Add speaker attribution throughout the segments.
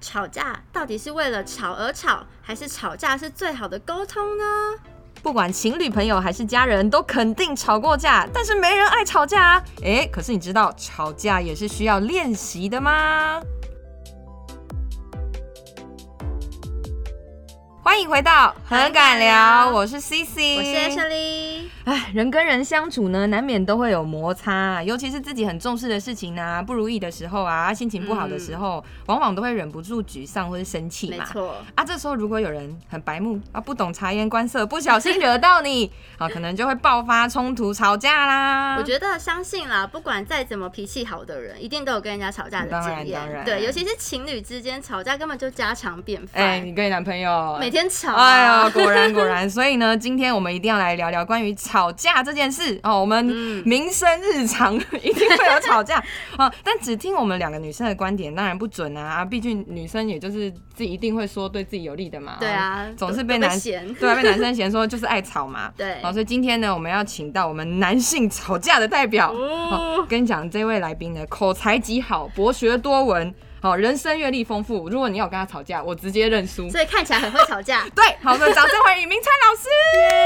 Speaker 1: 吵架到底是为了吵而吵，还是吵架是最好的沟通呢？
Speaker 2: 不管情侣、朋友还是家人，都肯定吵过架，但是没人爱吵架啊。诶，可是你知道吵架也是需要练习的吗？欢迎回到很敢聊，我是 C C，
Speaker 1: 我是 Ashley。
Speaker 2: 哎，人跟人相处呢，难免都会有摩擦，尤其是自己很重视的事情啊，不如意的时候啊，心情不好的时候，往往都会忍不住沮丧或是生气
Speaker 1: 没
Speaker 2: 嘛。
Speaker 1: 错，
Speaker 2: 啊，这时候如果有人很白目啊，不懂察言观色，不小心惹到你， 啊，可能就会爆发冲突、吵架啦。
Speaker 1: 我觉得相信啦，不管再怎么脾气好的人，一定都有跟人家吵架的
Speaker 2: 当然
Speaker 1: 经验。
Speaker 2: 当然
Speaker 1: 对，尤其是情侣之间吵架，根本就家常便饭，
Speaker 2: 哎、你跟你男朋友
Speaker 1: 每天吵、
Speaker 2: 哎
Speaker 1: 啊。
Speaker 2: 呦，果然果然，所以呢，今天我们一定要来聊聊关于吵架这件事哦。我们
Speaker 1: 嗯
Speaker 2: 民生日常一定会有吵架哦，但只听我们两个女生的观点当然不准啊，啊毕竟女生也就是自己一定会说对自己有利的嘛。
Speaker 1: 对啊
Speaker 2: 哦总
Speaker 1: 都
Speaker 2: 是
Speaker 1: 都被
Speaker 2: 被男
Speaker 1: 嫌
Speaker 2: 对啊被男生嫌说就是爱吵 嘛。
Speaker 1: 对
Speaker 2: 哦，所以今天呢，我们要请到我们男性吵架的代表。
Speaker 1: 哦
Speaker 2: 哦，跟你讲，这位来宾呢，口才极好，博学多闻，好、人生阅历丰富。如果你要跟他吵架，我直接认输。
Speaker 1: 所以看起来很会吵
Speaker 2: 。
Speaker 1: 架
Speaker 2: 对，好的，掌声欢迎明灿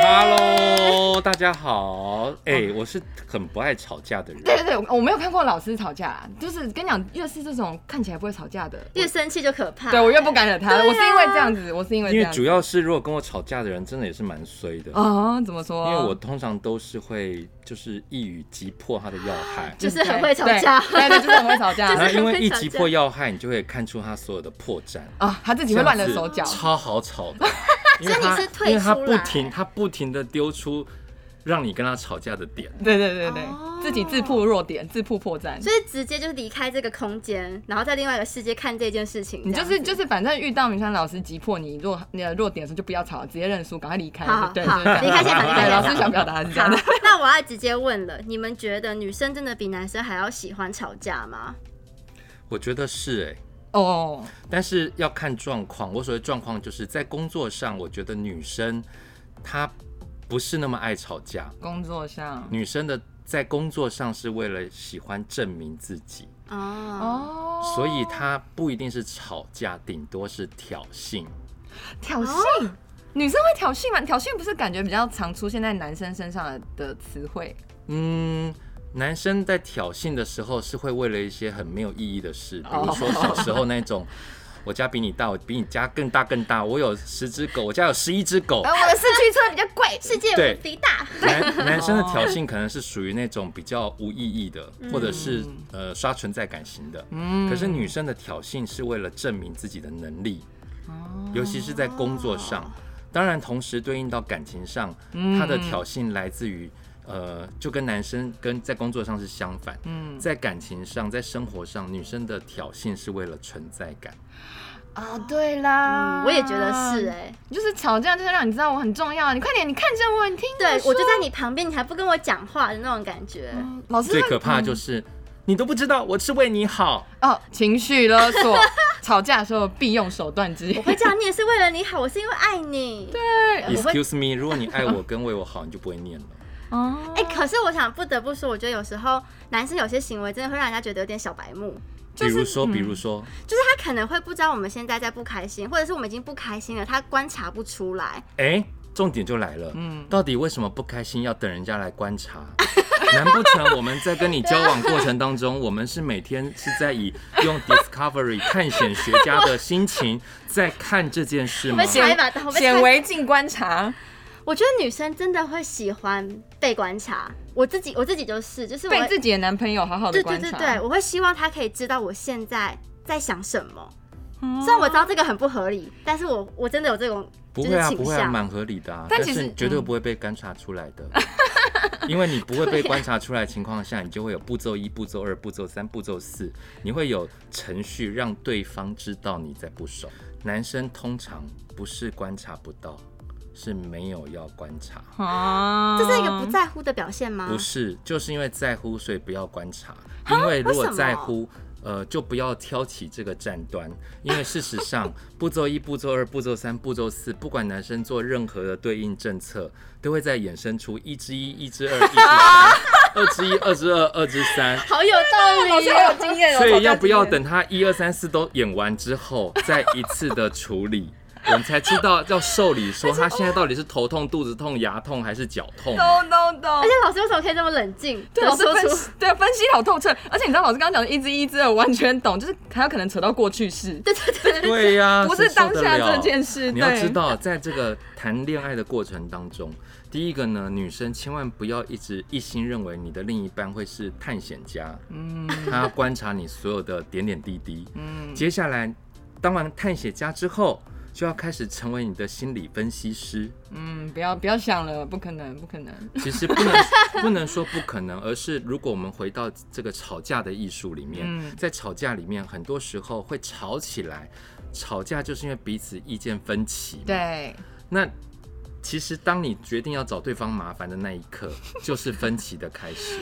Speaker 2: 老师。
Speaker 3: Hello，大家好。哎、
Speaker 1: 哦
Speaker 3: 我是很不爱吵架的 人。
Speaker 2: 对对对，我我没有看过老师吵架啦，就是跟你讲，越是这种看起来不会吵架的，
Speaker 1: 越生气就可怕。
Speaker 2: 对我越不敢惹他。
Speaker 1: 对啊
Speaker 2: 我是因为这样子，我是因为这
Speaker 3: 因为
Speaker 2: 样子
Speaker 3: 主要是如果跟我吵架的人，真的也是蛮衰
Speaker 1: 哦
Speaker 3: 的。
Speaker 2: 啊，怎么说？
Speaker 3: 因为我通常都是会就是一语击破他的要害，
Speaker 1: 就是很会吵架
Speaker 2: 对 对，对就是很会吵架。
Speaker 1: 就是
Speaker 3: 然
Speaker 1: 很
Speaker 3: 后因为
Speaker 1: 会
Speaker 3: 一
Speaker 1: 吵
Speaker 3: 击
Speaker 1: 架
Speaker 3: 破要害，你就会看出他所有的破绽。
Speaker 2: 啊，他自己会乱了
Speaker 3: 这样
Speaker 2: 手
Speaker 3: 子
Speaker 2: 脚。
Speaker 3: 超好吵 的。因为
Speaker 1: 所以你
Speaker 3: 他
Speaker 1: 是退
Speaker 3: 因为他
Speaker 1: 出
Speaker 3: 不
Speaker 1: 来
Speaker 3: 停，他不停的丢出让你跟他吵架的点。
Speaker 2: 对对对对
Speaker 1: 哦，
Speaker 2: 自己自曝弱点，自曝破绽。
Speaker 1: 就是直接就离开这个空间，然后在另外一个世界看这件事情。
Speaker 2: 你就
Speaker 1: 这
Speaker 2: 是
Speaker 1: 样子
Speaker 2: 就是，反正遇到明山老师急迫你弱你的弱点的时候，就不要吵，直接认输，赶快离开。
Speaker 1: 好
Speaker 2: 对，
Speaker 1: 好
Speaker 2: 就是这样
Speaker 1: 离开现场离开
Speaker 2: 对
Speaker 1: 现场
Speaker 2: 老师想表达的是这样的。
Speaker 1: 好，那我要直接问了，你们觉得女生真的比男生还要喜欢吵架吗？
Speaker 3: 我觉得是哎、
Speaker 2: 哦，
Speaker 3: 但是要看状况。我所谓状况，就是在工作上，我觉得女生她不是那么爱吵架，
Speaker 2: 工作上
Speaker 3: 女生的在工作上是为了喜欢证明自己，
Speaker 1: 哦，
Speaker 2: 哦，
Speaker 3: 所以她不一定是吵架，顶多是挑衅。
Speaker 1: 哦
Speaker 2: 挑衅。女生会挑衅吗？挑衅不是感觉比较常出现在男生身上的的词汇
Speaker 3: 嗯。男生在挑衅的时候是会为了一些很没有意义的事，比
Speaker 2: 哦
Speaker 3: 如说小时候那种，我家比你大，我比你家更大更大，我有十只狗，我家有十一只狗
Speaker 2: 啊，，我的四驱车比较贵，
Speaker 1: 世界
Speaker 3: 对
Speaker 1: 无敌大，
Speaker 3: 男男生的挑衅可能是属于那种比较无意义的，或者是呃刷存在感型的。
Speaker 2: 嗯
Speaker 3: 可是女生的挑衅是为了证明自己的能力，尤其是在工作上。当然，同时对应到感情上，她的挑衅来自于呃，就跟男生跟在工作上是相反。
Speaker 2: 嗯
Speaker 3: 在感情上，在生活上，女生的挑衅是为了存在感。
Speaker 2: 啊、对啦、
Speaker 1: 嗯我也觉得是哎、
Speaker 2: 就是吵架就是让你知道我很重要，你快点，你看着我，你听
Speaker 1: 对
Speaker 2: 说
Speaker 1: 我就在你旁边，你还不跟我讲话的那种感 觉。
Speaker 2: 老师
Speaker 3: 最
Speaker 2: 会
Speaker 3: 可怕的就是，你都不知道我是为你好。
Speaker 2: 哦，情绪勒索， 吵架的时候必用手段之一
Speaker 1: 我。会这样念是为了你好，我是因为爱你。对，我会
Speaker 3: Excuse me，如果你爱我跟为我好，你就不会念了。
Speaker 2: 哦，
Speaker 1: 哎、可是我想不得不说，我觉得有时候男生有些行为真的会让人家觉得有点小白目，
Speaker 3: 比如说，比
Speaker 1: 嗯
Speaker 3: 如说，
Speaker 1: 就是他可能会不知道我们现在在不开心，或者是我们已经不开心了，他观察不出来。
Speaker 3: 哎，重点就来了，
Speaker 2: 嗯
Speaker 3: 到底为什么不开心要等人家来观察？难不成我们在跟你交往过程当中，我们是每天是在以用 discovery 探险学家的心情在看这件事
Speaker 1: 我
Speaker 3: 吗
Speaker 1: 们？查一把刀，我们
Speaker 2: 显
Speaker 1: 查。
Speaker 2: 微镜观察
Speaker 1: 我觉得女生真的会喜欢被观察，我自己我自己就是，就是我
Speaker 2: 被自己的男朋友好好的
Speaker 1: 对
Speaker 2: 观
Speaker 1: 对
Speaker 2: 察，
Speaker 1: 对对，我会希望他可以知道我现在在想什么。
Speaker 2: 嗯
Speaker 1: 虽然我知道这个很不合理，但是我我真的有这种
Speaker 3: 不
Speaker 1: 就
Speaker 3: 会
Speaker 1: 是
Speaker 3: 啊，不
Speaker 1: 倾
Speaker 3: 会啊，
Speaker 1: 向。
Speaker 3: 蛮合理的啊，
Speaker 2: 但
Speaker 3: 但
Speaker 2: 其实
Speaker 3: 是
Speaker 1: 嗯
Speaker 3: 绝对不会被观察出来的。 因为你不会被观察出来的情况下，你就会有步骤一、步骤二、步骤三、步骤四，你会有程序让对方知道你在不爽。男生通常不是观察不到，是没有要观察，
Speaker 2: 哦，
Speaker 1: 这是一个不在乎的表现吗？
Speaker 3: 不是就是因为在乎，所以不要观察。因为如
Speaker 1: 为什
Speaker 3: 果
Speaker 1: 么
Speaker 3: 在乎。呃，就不要挑起这个战端，因为事实上，步骤一、步骤二、步骤三、步骤四，不管男生做任何的对应政策，都会在衍生出一之一、一之二、一之三二之一、二之二、二之三。
Speaker 1: 好有道理、哦，
Speaker 2: 老师好有经验哦。
Speaker 3: 所
Speaker 2: 吵
Speaker 3: 以
Speaker 2: 架
Speaker 3: 要不要
Speaker 2: 经验？
Speaker 3: 等他一二三四都演完之后，再一次的处理，我们才知道要受理说他现在到底是头痛、肚子痛、牙痛还是脚痛？
Speaker 2: No no no！
Speaker 1: 而且老师为什么可以这么冷静？
Speaker 2: 对
Speaker 1: 地
Speaker 2: 老师
Speaker 1: 说
Speaker 2: 分
Speaker 1: 出
Speaker 2: 析对分析好透彻，而且你知道老师刚刚讲的一之一之二，我完全懂，就是还有可能扯到过去式，
Speaker 1: 对对对，
Speaker 3: 对呀、
Speaker 2: 不是
Speaker 3: 谁
Speaker 2: 当
Speaker 3: 受得
Speaker 2: 下
Speaker 3: 了
Speaker 2: 这件事。
Speaker 3: 你要
Speaker 2: 对
Speaker 3: 知，道，在这个谈恋爱的过程当中，第一个呢，女生千万不要一直一心认为你的另一半会是探险家，
Speaker 2: 嗯
Speaker 3: 他要观察你所有的点点滴滴。
Speaker 2: 嗯，
Speaker 3: 接下来，当完探险家之后，就要开始成为你的心理分析师。
Speaker 2: 嗯，不要不要想了，不可能，不可能。
Speaker 3: 其实不 能不能说不可能，而是如果我们回到这个吵架的艺术里面，
Speaker 2: 嗯
Speaker 3: 在吵架里面，很多时候会吵起来，吵架就是因为彼此意见分歧嘛。
Speaker 2: 对，
Speaker 3: 那其实当你决定要找对方麻烦的那一刻， 就是分歧的开始。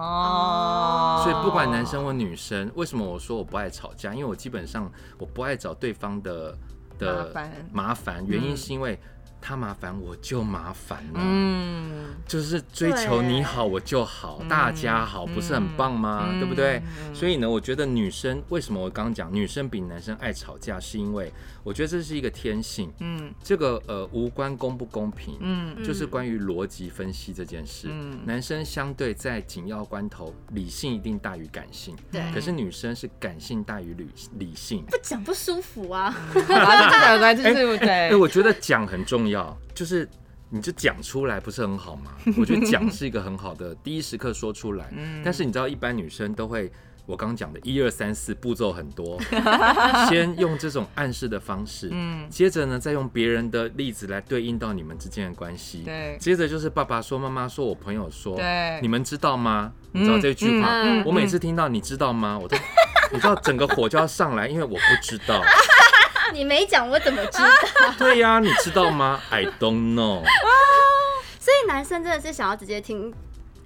Speaker 2: 哦，
Speaker 3: 所以不管男生或女生，为什么我说我不爱吵架？因为我基本上我不爱找对方的
Speaker 2: 麻
Speaker 3: 的
Speaker 2: 烦
Speaker 3: 麻烦，原因是因为他麻烦我就麻烦了。
Speaker 2: 嗯，
Speaker 3: 就是追求你好我就好，大家好，不是很棒吗？
Speaker 2: 嗯
Speaker 3: 对不对？
Speaker 2: 嗯
Speaker 3: 所以呢，我觉得女生为什么我刚刚讲女生比男生爱吵架，是因为我觉得这是一个天性，
Speaker 2: 嗯
Speaker 3: 这个呃无关公不公平，
Speaker 2: 嗯
Speaker 3: 就是关于逻辑分析这件事。
Speaker 2: 嗯
Speaker 3: 男生相对在紧要关头，理性一定大于感性，
Speaker 1: 对
Speaker 3: 可是女生是感性大于理理性。
Speaker 1: 不讲不舒服啊。
Speaker 2: 反正这个就是
Speaker 3: 哎、
Speaker 2: 对，
Speaker 3: 我觉得讲很重要，就是你就讲出来，不是很好吗？我觉得讲是一个很好的第一时刻说出来。
Speaker 2: 嗯
Speaker 3: 但是你知道，一般女生都会。我刚刚讲的一二三四步骤 很多，先用这种暗示的方式，
Speaker 2: 嗯
Speaker 3: 接着呢再用别人的例子来对应到你们之间的关系，
Speaker 2: 对
Speaker 3: 接着就是爸爸说、妈妈哎说、我朋友说，
Speaker 2: 对
Speaker 3: 你们知道吗？你知道这句话，
Speaker 1: 嗯
Speaker 3: 我每次听到你知道吗，我都， 你知道整个火就要上来，因为我不知 道。
Speaker 1: 你没讲，我怎么
Speaker 2: 啊
Speaker 1: 知道？
Speaker 3: 对呀、你知道吗？I don't know。
Speaker 1: 所以男生真的是想要直接听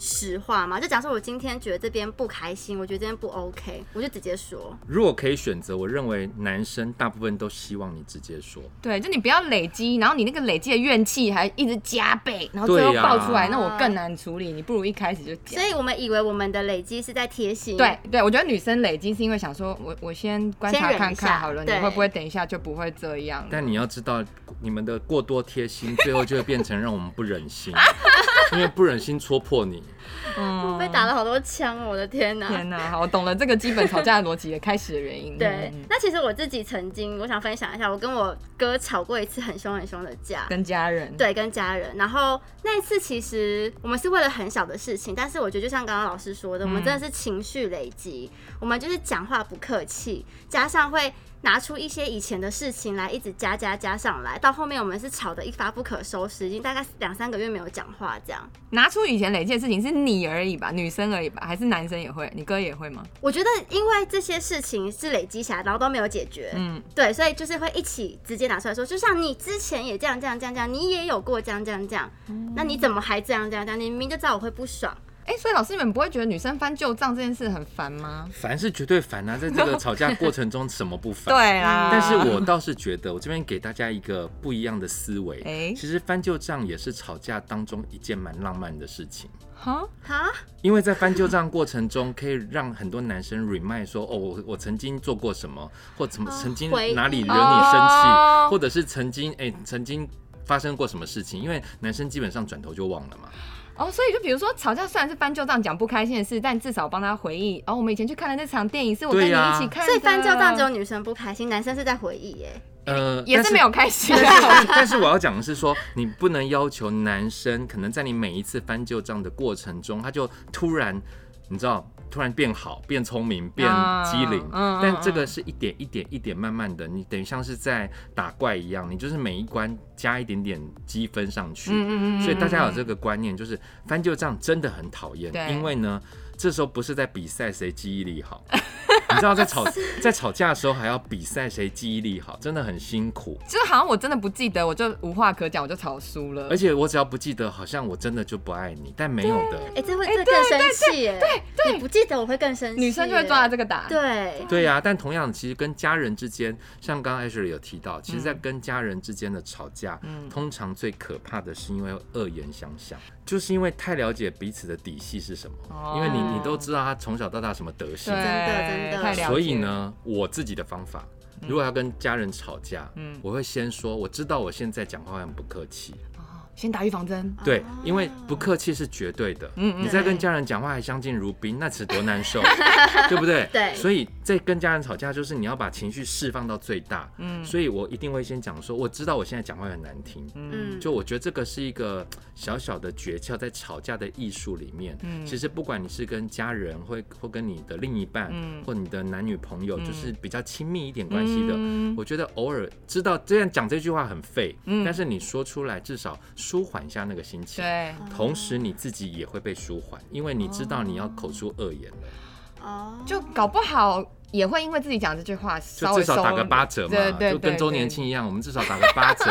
Speaker 1: 实话嘛？就假设我今天觉得这边不开心，我觉得这边不 OK，我就直接说。
Speaker 3: 如果可以选择，我认为男生大部分都希望你直接说。
Speaker 1: 嗯
Speaker 2: 对，就你不要累积，然后你那个累积的怨气还一直加倍，然后最后
Speaker 3: 对呀
Speaker 2: 爆出来，那我更难处理。你不如一开始就讲
Speaker 1: 啊所。以我们以为我们的累积是在贴心，
Speaker 2: 对，对，我觉得女生累积是因为想说我，我先观察
Speaker 1: 先忍一
Speaker 2: 看看
Speaker 1: 下
Speaker 2: 好了，你
Speaker 1: 对
Speaker 2: 会不会等一下就不会这样了？
Speaker 3: 但你要知道，你们的过多 贴心，最后就会变成让我们不忍心，因为不忍心戳破你。
Speaker 1: 被打了好多枪哦，我的天哪！
Speaker 2: 嗯天哪，好，我懂了这个基本吵架的逻辑的开始的原 因。
Speaker 1: 对
Speaker 2: 嗯，
Speaker 1: 那其实我自己曾经，我想分享一下，我跟我哥吵过一次很凶很凶的架，
Speaker 2: 跟家人，
Speaker 1: 对，跟家人。然后那一次其实我们是为了很小的事情，但是我觉得就像刚刚老师
Speaker 2: 嗯
Speaker 1: 说的，我们真的是情绪累积，我们就是讲话不客气，加上会拿出一些以前的事情来一直加加加上来，到后面我们是吵得一发不可收拾，已经大概两三个月没有讲话这样。
Speaker 2: 拿出以前累积的事情是你而已吧，女生而已吧，还是男生也会？你哥也会吗？
Speaker 1: 我觉得因为这些事情是累积起来，然后都没有解决，
Speaker 2: 嗯，
Speaker 1: 对，所以就是会一起直接拿出来说，就像你之前也这样这样这样这样，你也有过这样这样这样，
Speaker 2: 嗯
Speaker 1: 那你怎么还这样这样这样？你明明就知道我会不爽。
Speaker 2: 哎、所以老师你们不会觉得女生翻旧账这件事很烦吗？
Speaker 3: 烦是绝对烦啊，在这个吵架过程中，什么不烦？。
Speaker 2: 对
Speaker 1: 啊
Speaker 2: 啦，
Speaker 3: 但是我倒是觉得，我这边给大家一个不一样的思维。
Speaker 2: 哎
Speaker 3: 其实翻旧账也是吵架当中一件蛮浪漫的事情。
Speaker 2: 哈，
Speaker 1: 哈，
Speaker 3: 因为在翻旧账过程中，可以让很多男生 remind 说，哦，我我曾经做过什么，或怎么
Speaker 1: 哦
Speaker 3: 曾经
Speaker 1: 回忆
Speaker 3: 哪里惹你生
Speaker 2: 啊哦
Speaker 3: 气，或者是曾经哎、曾经发生过什么事情。因为男生基本上转头就忘了嘛。
Speaker 2: 哦，所以就比如说吵架虽然是翻旧账讲不开心的事，但至少帮他回忆哦，我们以前去看的那场电影是我跟你
Speaker 3: 对呀
Speaker 2: 一起看的，
Speaker 1: 所以翻旧账只有女生不开心，男生是在回忆耶。
Speaker 3: 呃，
Speaker 2: 也
Speaker 3: 但
Speaker 2: 是没有开心的。
Speaker 3: 但是但是我要讲的是说，你不能要求男生可能在你每一次翻旧账的过程中，他就突然，你知道，突然变好、变聪明、变
Speaker 2: 啊
Speaker 3: 机灵。
Speaker 2: 嗯嗯
Speaker 3: 但这个是一点一点一点慢慢的，你等于像是在打怪一样，你就是每一关加一点点积分上去。
Speaker 2: 嗯嗯嗯嗯
Speaker 3: 所以大家有这个观念，就是翻旧账真的很讨厌
Speaker 2: 对，
Speaker 3: 因为呢，这时候不是在比赛谁记忆力好， 你知道在吵在吵架的时候还要比赛谁记忆力好，真的很辛苦。
Speaker 2: 就是 好像我真的不记得，我就无话可讲，我就吵输了。
Speaker 3: 而且我只要不记得，好像我真的就不爱你，但没有的。
Speaker 2: 嗯
Speaker 1: 哎、这会这更生气
Speaker 2: 哎
Speaker 1: 耶、对对，你不记得我会更生气耶，
Speaker 2: 女生就会抓到这个打，
Speaker 1: 对，
Speaker 3: 对呀、但同样，其实跟家人之间，像刚刚 Ashley 有提到，其实，在跟家人之间的吵架，
Speaker 2: 嗯
Speaker 3: 通常最可怕的是因为恶言相向，就是因为太了解彼此的底细是什么，
Speaker 2: 哦
Speaker 3: 因为你你都知道他从小到大什么德
Speaker 2: 对，
Speaker 3: 行，
Speaker 1: 真的真的
Speaker 2: 太了解
Speaker 3: 所以，呢，我自己的方法，如果要跟家人吵架，
Speaker 2: 嗯
Speaker 3: 我会先说，我知道我现在讲话很不客气，
Speaker 2: 哦先打预防针，
Speaker 3: 对，因为不客气是绝对的。
Speaker 2: 嗯嗯嗯
Speaker 3: 你在跟家人讲话还相敬如宾，那是多难 受，对不对？
Speaker 1: 对
Speaker 3: 所以在跟家人吵架，就是你要把情绪释放到最大。
Speaker 2: 嗯
Speaker 3: 所以我一定会先讲说，我知道我现在讲话很难听。
Speaker 1: 嗯，
Speaker 3: 就我觉得这个是一个小小的诀窍，在吵架的艺术里面，
Speaker 2: 嗯
Speaker 3: 其实不管你是跟家人，或或跟你的另一半，
Speaker 2: 嗯
Speaker 3: 或你的男女朋友，
Speaker 2: 嗯
Speaker 3: 就是比较亲密一点关系的，
Speaker 2: 嗯
Speaker 3: 我觉得偶尔知道这样讲这句话很废，
Speaker 2: 嗯
Speaker 3: 但是你说出来至少舒缓一下那个心情。
Speaker 2: 对，
Speaker 3: 同时你自己也会被舒缓，因为你知道你要口出恶言了，
Speaker 1: 哦，
Speaker 2: 就搞不好也会因为自己讲这句话，稍
Speaker 3: 就
Speaker 2: 微
Speaker 3: 至少打个
Speaker 2: 收
Speaker 3: 八折嘛，
Speaker 2: 对对
Speaker 3: 就跟周年。庆一样，我们至少打个八 折，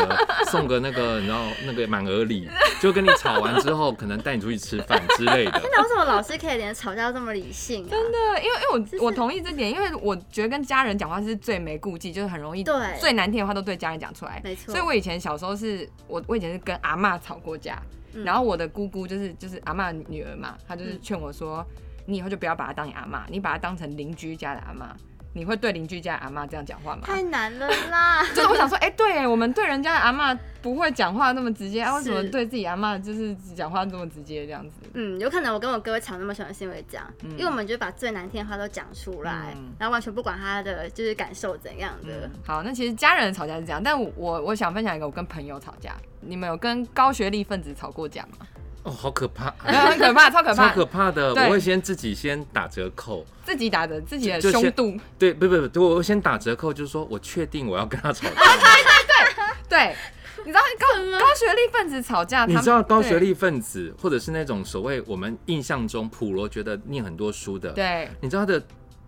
Speaker 3: 送个那个你知道那个满额礼，就跟你吵完之后，可能带你出去吃饭之类的。
Speaker 1: 那为什么老师可以连吵架都这么理性、啊？
Speaker 2: 真的，因为因为我我同意这点，因为我觉得跟家人讲话是最没顾忌，就是很容易
Speaker 1: 对
Speaker 2: 最难听的话都对家人讲出来。
Speaker 1: 没错
Speaker 2: 所以我以前小时候是我我以前是跟阿嬷吵过架，
Speaker 1: 嗯
Speaker 2: 然后我的姑姑就是就是阿嬷女儿嘛，她就是
Speaker 1: 嗯
Speaker 2: 劝我说，你以后就不要把她当你阿嬷，你把她当成邻居家的阿嬷，你会对邻居家的阿嬷这样讲话吗？
Speaker 1: 太难了啦！
Speaker 2: 就是我想说，哎、对我们对人家的阿嬷不会讲话那么直接，啊，为什么
Speaker 1: 是
Speaker 2: 对自己阿嬷就是讲话这么直接这样子？
Speaker 1: 嗯，有可能我跟我哥吵那么凶，是因为这样，因为我们就把最难听的话都讲出来，
Speaker 2: 嗯
Speaker 1: 然后完全不管他的就是感受怎样的
Speaker 2: 嗯。，好，那其实家人吵架是这样，但我我我想分享一个我跟朋友吵架，你们有跟高学历分子吵过架 吗？
Speaker 3: 哦，好可怕，
Speaker 2: 很可怕，超可
Speaker 3: 超
Speaker 2: 怕，
Speaker 3: 可怕的！
Speaker 2: 对
Speaker 3: 我会先自己先打折扣，
Speaker 2: 自己打的自己的
Speaker 3: 就就
Speaker 2: 胸
Speaker 3: 先
Speaker 2: 度，
Speaker 3: 对，不不不，我会先打折扣，就是说我确定我要跟他吵架。
Speaker 2: 对，你知道高高学历分子吵架，
Speaker 3: 你
Speaker 2: 他们
Speaker 3: 知道高学历分子，或者是那种所谓我们印象中普罗觉得念很多书的，
Speaker 2: 对。对
Speaker 3: 你知道他的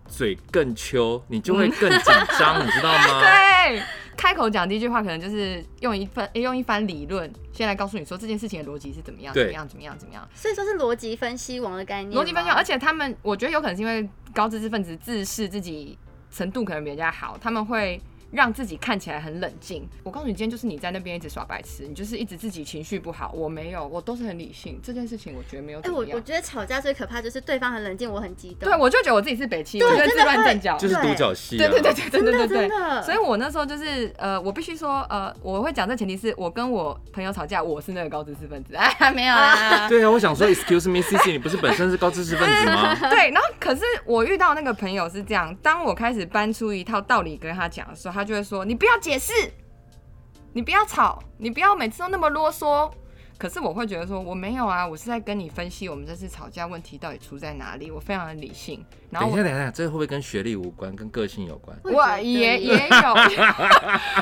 Speaker 3: 嘴更秋，你就会更紧张，你知道 吗？
Speaker 2: 对，开口讲第一句话，可能就是用一番用一番理论，先来告诉你说这件事情的逻辑是怎么样，怎
Speaker 3: 对
Speaker 2: 么样，怎么样，怎么样。
Speaker 1: 所以说是逻辑分析王的概念吗，
Speaker 2: 逻辑分享，而且他们，我觉得有可能是因为高知识分子自视自己程度可能比人家好，他们会让自己看起来很冷静。我告诉你，今天就是你在那边一直耍白痴，你就是一直自己情绪不好，我没有，我都是很理性。这件事情我觉得没有
Speaker 1: 哎、
Speaker 2: 怎
Speaker 1: 我
Speaker 2: 么样。
Speaker 1: 我觉得吵架最可怕就是对方很冷静，我很激动。
Speaker 2: 对，我就觉得我自己是北七，
Speaker 1: 对
Speaker 2: 我就自
Speaker 1: 真的
Speaker 2: 乱
Speaker 1: 会
Speaker 2: 阵脚，
Speaker 3: 就是独角戏、
Speaker 2: 对
Speaker 3: 啊，
Speaker 2: 对对对对对对对
Speaker 1: 真的真的
Speaker 2: 所以我那时候就是呃，我必须说呃，我会讲这前提是我跟我朋友吵架，我是那个高知识分子，啊，没有 啦。
Speaker 3: 对啊，我想说，Excuse me，Cici，你不是本身是高知识分子吗？
Speaker 2: 对，然后可是我遇到那个朋友是这样，当我开始搬出一套道理跟他讲的时候，他就会说：“你不要解释，你不要吵，你不要每次都那么啰嗦。”可是我会觉得说，我没有啊，我是在跟你分析我们这次吵架问题到底出在哪里，我非常的理性。 然后
Speaker 3: 等一
Speaker 2: 我
Speaker 3: 下，等一下，这会不会跟学历无关，跟个性有关？
Speaker 1: 我也觉
Speaker 2: 我
Speaker 1: 得
Speaker 2: 也
Speaker 1: 耶
Speaker 2: 也有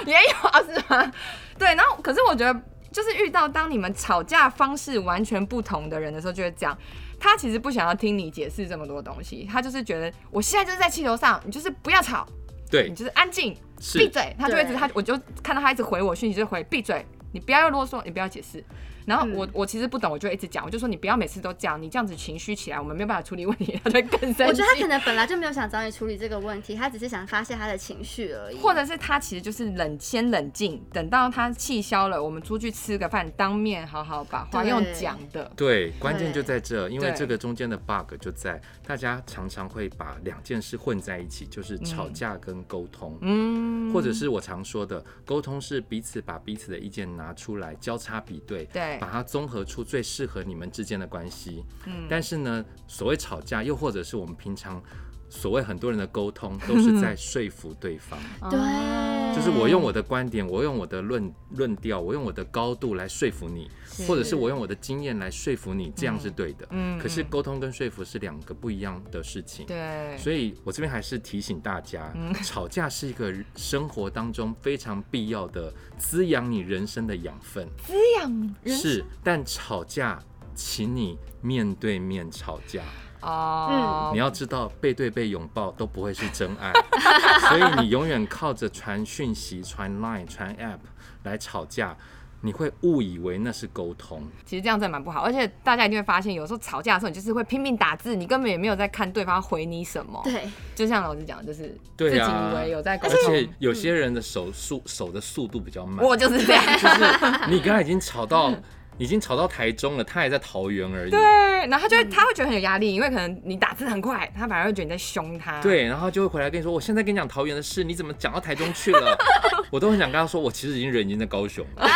Speaker 2: 也有啊，是吗？对，然后可是我觉得，就是遇到当你们吵架方式完全不同的人的时候，就会这样。他其实不想要听你解释这么多东西，他就是觉得我现在就是在气头上，你就是不要吵，你
Speaker 3: 对，
Speaker 2: 就是安静，
Speaker 3: 是
Speaker 2: 闭嘴。他就会一直
Speaker 1: 对
Speaker 2: 他，我就看到他一直回我讯息，就回闭嘴，你不要又啰嗦，你不要解释。然后
Speaker 1: 嗯
Speaker 2: 我、我其实不懂，我就一直讲，我就说你不要每次都这样，你这样子情绪起来，我们没有办法处理问题，他就会更生气。
Speaker 1: 我觉得他可能本来就没有想找你处理这个问题，他只是想发泄他的情绪而已。
Speaker 2: 或者是他其实就是冷先冷静，等到他气消了，我们出去吃个饭，当面好好把话
Speaker 1: 对
Speaker 2: 用讲的。
Speaker 3: 对，关键就在这，因为
Speaker 2: 对
Speaker 3: 这个中间的 bug 就在大家常常会把两件事混在一起，就是吵架跟沟通。
Speaker 2: 嗯，
Speaker 3: 或者是我常说的，沟通是彼此把彼此的意见拿出来交叉比对，
Speaker 2: 对
Speaker 3: 把它综合出最适合你们之间的关系。
Speaker 2: 嗯
Speaker 3: 但是呢，所谓吵架，又或者是我们平常所谓很多人的沟通，都 是在说服对方，
Speaker 1: 对
Speaker 2: 啊
Speaker 3: 就是我用我的观点，我用我的论论调，我用我的高度来说服你，或者是我用我的经验来说服你，这样是对的。
Speaker 2: 嗯嗯
Speaker 3: 可是沟通跟说服是两个不一样的事情。
Speaker 2: 对，嗯
Speaker 3: 所以我这边还是提醒大家， 吵架是一个生活当中非常必要的滋养你人生的养分。
Speaker 2: 滋养人
Speaker 3: 是，但吵架，请你面对面吵架，
Speaker 2: 哦，
Speaker 3: 你
Speaker 1: 嗯
Speaker 3: 要知道，背对背拥抱都不会是真 爱，所以你永远靠着传讯息、传 Line、传 App 来吵架，你会误以为那是沟通。
Speaker 2: 其实这样真的蛮不好，而且大家一定会发现，有时候吵架的时候，你就是会拼命打字，你根本也没有在看对方回你什么。，
Speaker 1: 对，
Speaker 2: 就像老师讲的，就是自己
Speaker 3: 对啊
Speaker 2: 以为有在沟
Speaker 3: 而
Speaker 2: 通，
Speaker 3: 且嗯有些人的手速、手的速度比较慢，
Speaker 2: 我就是这样。
Speaker 3: 就是你跟他已经吵到，已经吵到台中了，他还在桃园而已。
Speaker 2: 对，然后他就会
Speaker 1: 嗯
Speaker 2: 他会觉得很有压力，因为可能你打字很快，他反而会觉得你在凶他。，
Speaker 3: 对，然后就会回来跟你说，我现在跟你讲桃园的事，你怎么讲到台中去 了？我都很想跟他说，我其实已经人已经在高雄了。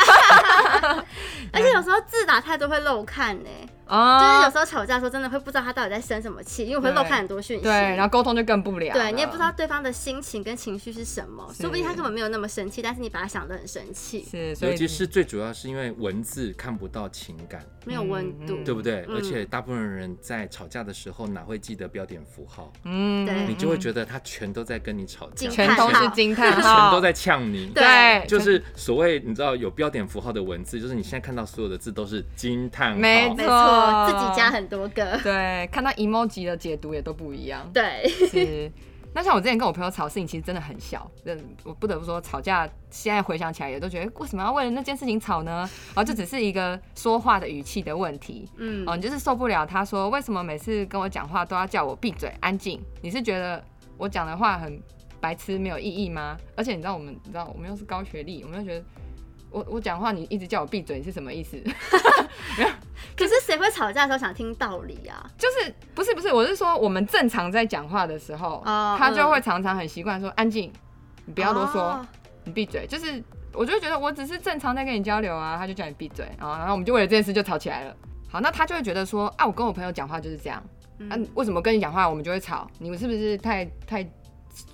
Speaker 1: 而且有时候字打太多会漏看呢、就是有
Speaker 2: 啊、
Speaker 1: 时候吵架的时候真的会不知道他到底在生什么气，因为我会
Speaker 2: 对
Speaker 1: 漏看很多讯息。
Speaker 2: 对，然后沟通就更不了了。
Speaker 1: 对你也不知道对方的心情跟情绪是什么，说不定他根本没有那么生气，但是你把他想得很生气，
Speaker 2: 是，所以
Speaker 3: 尤其是最主要是因为文字看不到情感，
Speaker 1: 没有温度
Speaker 2: 嗯。
Speaker 3: 对不对？
Speaker 1: 嗯
Speaker 3: 而且大部分人在吵架的时候哪会记得标点符号？
Speaker 2: 嗯
Speaker 1: 对
Speaker 3: 你就会觉得他全都在跟你吵架，
Speaker 1: 惊
Speaker 2: 全
Speaker 1: 叹
Speaker 2: 都是
Speaker 1: 号
Speaker 2: 惊叹号，哦
Speaker 3: 全都在呛你。
Speaker 1: 对
Speaker 2: 对，
Speaker 3: 就是所谓你知道有标点符号的文字，就是你现在看到所有的字都是惊叹
Speaker 2: 没
Speaker 3: 号
Speaker 1: 没。
Speaker 2: 错
Speaker 1: 错，自己加很多个。
Speaker 2: 对，看到 emoji 的解读也都不一样。
Speaker 1: 对，
Speaker 2: 是，那像我之前跟我朋友吵事情，其实真的很小，真的我不得不说，吵架现在回想起来也都觉得为什么要为了那件事情吵呢？然后就只是一个说话的语气的问题。
Speaker 1: 嗯，
Speaker 2: 哦，你就是受不了他说为什么每次跟我讲话都要叫我闭嘴、安静？你是觉得我讲的话很白痴、没有意义吗？而且你知道我们，你知道我们又是高学历，我们又觉得我我讲话你一直叫我闭嘴，你是什么意思？
Speaker 1: 可是谁会吵架的时候想听道理啊？
Speaker 2: 就是不是不是，我是说我们正常在讲话的时候，
Speaker 1: 哦
Speaker 2: 他就
Speaker 1: 嗯
Speaker 2: 会常常很习惯说安静，你不
Speaker 1: 不
Speaker 2: 要多说，
Speaker 1: 哦
Speaker 2: 你闭嘴。就是我就会觉得我只是正常在跟你交流啊，他就叫你闭嘴啊，然后我们就为了这件事就吵起来了。好，那他就会觉得说啊，我跟我朋友讲话就是这样，啊，
Speaker 1: 嗯
Speaker 2: 你为什么跟你讲话我们就会吵？你们是不是太太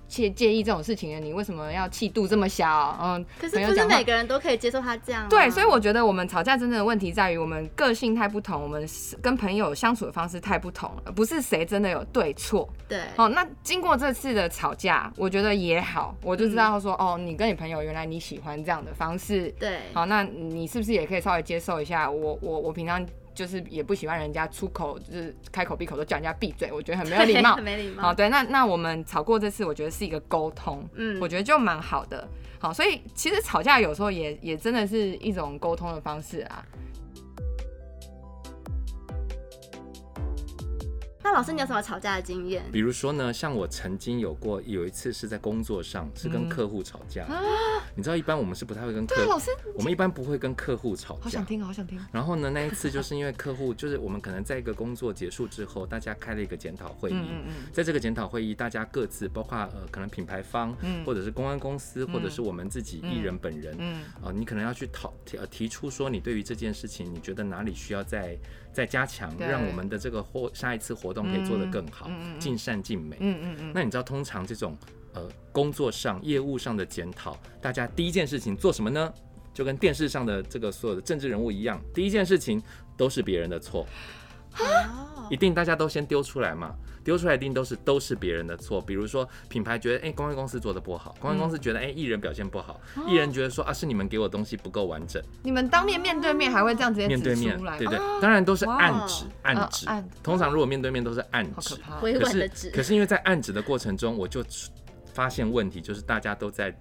Speaker 2: 介介意这种事情了？你为什么要气度这么小？嗯，
Speaker 1: 可是
Speaker 2: 朋友
Speaker 1: 不是
Speaker 2: 讲话
Speaker 1: 每个人都可以接受他这样啊。
Speaker 2: 对，所以我觉得我们吵架真正的问题在于我们个性太不同，我们是跟朋友相处的方式太不同了，不是谁真的有对错。
Speaker 1: 对，
Speaker 2: 哦，那经过这次的吵架，我觉得也好，我就知道
Speaker 1: 嗯
Speaker 2: 说，哦，你跟你朋友原来你喜欢这样的方式，
Speaker 1: 对，
Speaker 2: 好，那你是不是也可以稍微接受一下？我我我平常就是也不喜欢人家出口就是开口闭口都叫人家闭嘴，我觉得很没有礼貌
Speaker 1: 很。没礼
Speaker 2: 好，
Speaker 1: 貌。
Speaker 2: 对，那那我们吵过这次，我觉得是一个沟通，
Speaker 1: 嗯
Speaker 2: 我觉得就蛮好的。好，所以其实吵架有时候也也真的是一种沟通的方式啊。
Speaker 1: 那老师，你有什么吵架的经 验？
Speaker 3: 比如说呢，像我曾经有过有一次是在工作上是跟客户吵架，你知道一般我们是不太会跟
Speaker 2: 嗯啊对啊，老
Speaker 3: 客，
Speaker 2: 师，
Speaker 3: 我们一般不会跟客户吵
Speaker 2: 好
Speaker 3: 架
Speaker 2: 想。听，哦好想听。
Speaker 3: 然后呢，那一次就是因为客户，就是我们可能在一个工作结束之后，大家开了一个检讨会议。
Speaker 2: 嗯嗯嗯，
Speaker 3: 在这个检讨会议，大家各自包括呃，可能品牌方，
Speaker 2: 嗯
Speaker 3: 或者是公关公司，或者是我们自己艺人本人，
Speaker 2: 嗯
Speaker 3: 啊，你可能要去讨提呃提出说你对于这件事情，你觉得哪里需要再再加强，
Speaker 2: 对
Speaker 3: 让我们的这个活下一次活动可以做得更好
Speaker 2: 嗯嗯嗯，
Speaker 3: 尽善尽美。
Speaker 2: 嗯嗯嗯，
Speaker 3: 那你知道，通常这种呃工作上、业务上的检讨，大家第一件事情做什么呢？就跟电视上的这个所有的政治人物一样，第一件事情都是别人的错，
Speaker 1: 哦
Speaker 3: 一定大家都先丢出来嘛。丢出来一定都是都是别人的错，比如说品牌觉得哎、公关公司做的不好，公关公司觉得哎艺、人表现不好，
Speaker 2: 哦
Speaker 3: 艺、人觉得说啊是你们给我东西不够完整，
Speaker 2: 你们当面面对哦面还会这样直接
Speaker 3: 面对
Speaker 2: 指
Speaker 3: 面
Speaker 2: 出来，
Speaker 3: 对不
Speaker 2: 啊
Speaker 3: 对，当然都是
Speaker 2: 哇
Speaker 3: 暗指
Speaker 2: 啊
Speaker 3: 暗指
Speaker 2: 暗，
Speaker 3: 通常如果面对面都是暗
Speaker 2: 好可
Speaker 3: 指，
Speaker 2: 怕。
Speaker 1: 委
Speaker 3: 可
Speaker 1: 婉
Speaker 3: 是
Speaker 1: 的指，
Speaker 3: 可是因为在暗指的过程中，我就发现问题，就是大家都在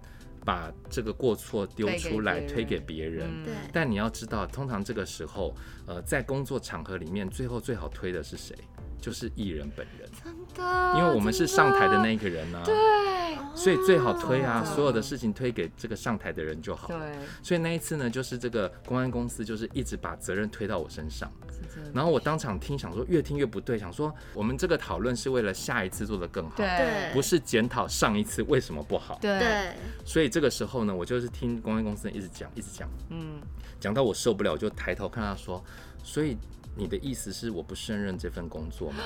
Speaker 3: 把这个过错丢出来
Speaker 2: 推
Speaker 3: 推
Speaker 2: 给
Speaker 3: 给别人。
Speaker 2: 嗯
Speaker 1: 对，
Speaker 3: 但你要知道，通常这个时候，呃，在工作场合里面，最后最好推的是谁？就是艺人本人，
Speaker 2: 真的，
Speaker 3: 因为我们是上台的那一个人啊，
Speaker 2: 对
Speaker 1: 哦
Speaker 3: 所以最好推啊，
Speaker 2: 真的
Speaker 3: 所有的事情推给这个上台的人就好。
Speaker 2: 对，
Speaker 3: 所以那一次呢，就是这个公安公司就是一直把责任推到我身上。
Speaker 2: 是真的
Speaker 3: 然后我当场听，想说越听越不对，想说我们这个讨论是为了下一次做得更好，
Speaker 2: 对
Speaker 1: 对
Speaker 3: 不是检讨上一次为什么不好。
Speaker 2: 对，
Speaker 1: 对，
Speaker 3: 所以这个时候呢，我就是听公关公司一直讲，一直讲，
Speaker 2: 嗯，
Speaker 3: 讲到我受不了，我就抬头看他说，所以你的意思是我不胜任这份工作吗？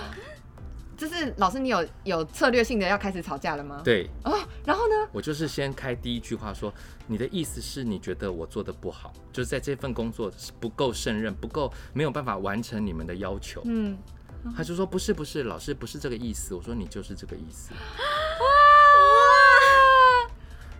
Speaker 2: 就是老师，你有有策略性的要开始吵架了吗？
Speaker 3: 对
Speaker 2: 哦，然后呢？
Speaker 3: 我就是先开第一句话说，你的意思是你觉得我做的不好，就是在这份工作是不够胜任，不够没有办法完成你们的要求。
Speaker 2: 嗯，
Speaker 3: 他就说不是不是，老师不是这个意思。我说你就是这个意思。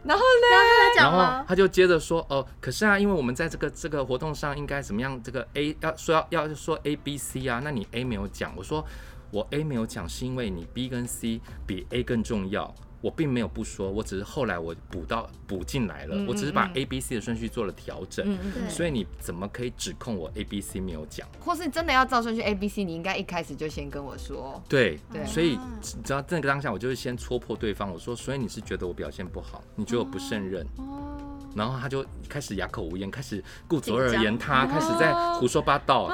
Speaker 2: 然后呢？
Speaker 1: 他
Speaker 3: 然
Speaker 1: 讲
Speaker 3: 后
Speaker 1: 吗？
Speaker 3: 他就接着说，哦，可是啊，因为我们在这个这个活动上应该怎么样？这个 A 要说要要说 A B C 啊，那你 A 没有讲，我说我 A 没有讲是因为你 B 跟 C 比 A 更重要。我并没有不说，我只是后来我补到补进来了，
Speaker 2: 嗯嗯
Speaker 3: 我只是把
Speaker 2: 嗯
Speaker 3: A、B、C 的顺序做了调整。
Speaker 2: 嗯嗯，
Speaker 1: 对
Speaker 3: 所以你怎么可以指控我 A、B、C 没有讲？
Speaker 2: 或是真的要照顺序 A B C，你应该一开始就先跟我说。
Speaker 3: 对，
Speaker 2: 对
Speaker 3: 所以你知道这个当下，我就是先戳破对方，我说，所以你是觉得我表现不好，你觉得我不胜任，
Speaker 2: 哦，
Speaker 3: 然后他就开始哑口无言，开始顾左耳
Speaker 1: 紧张
Speaker 3: 言他，开始在胡说八道。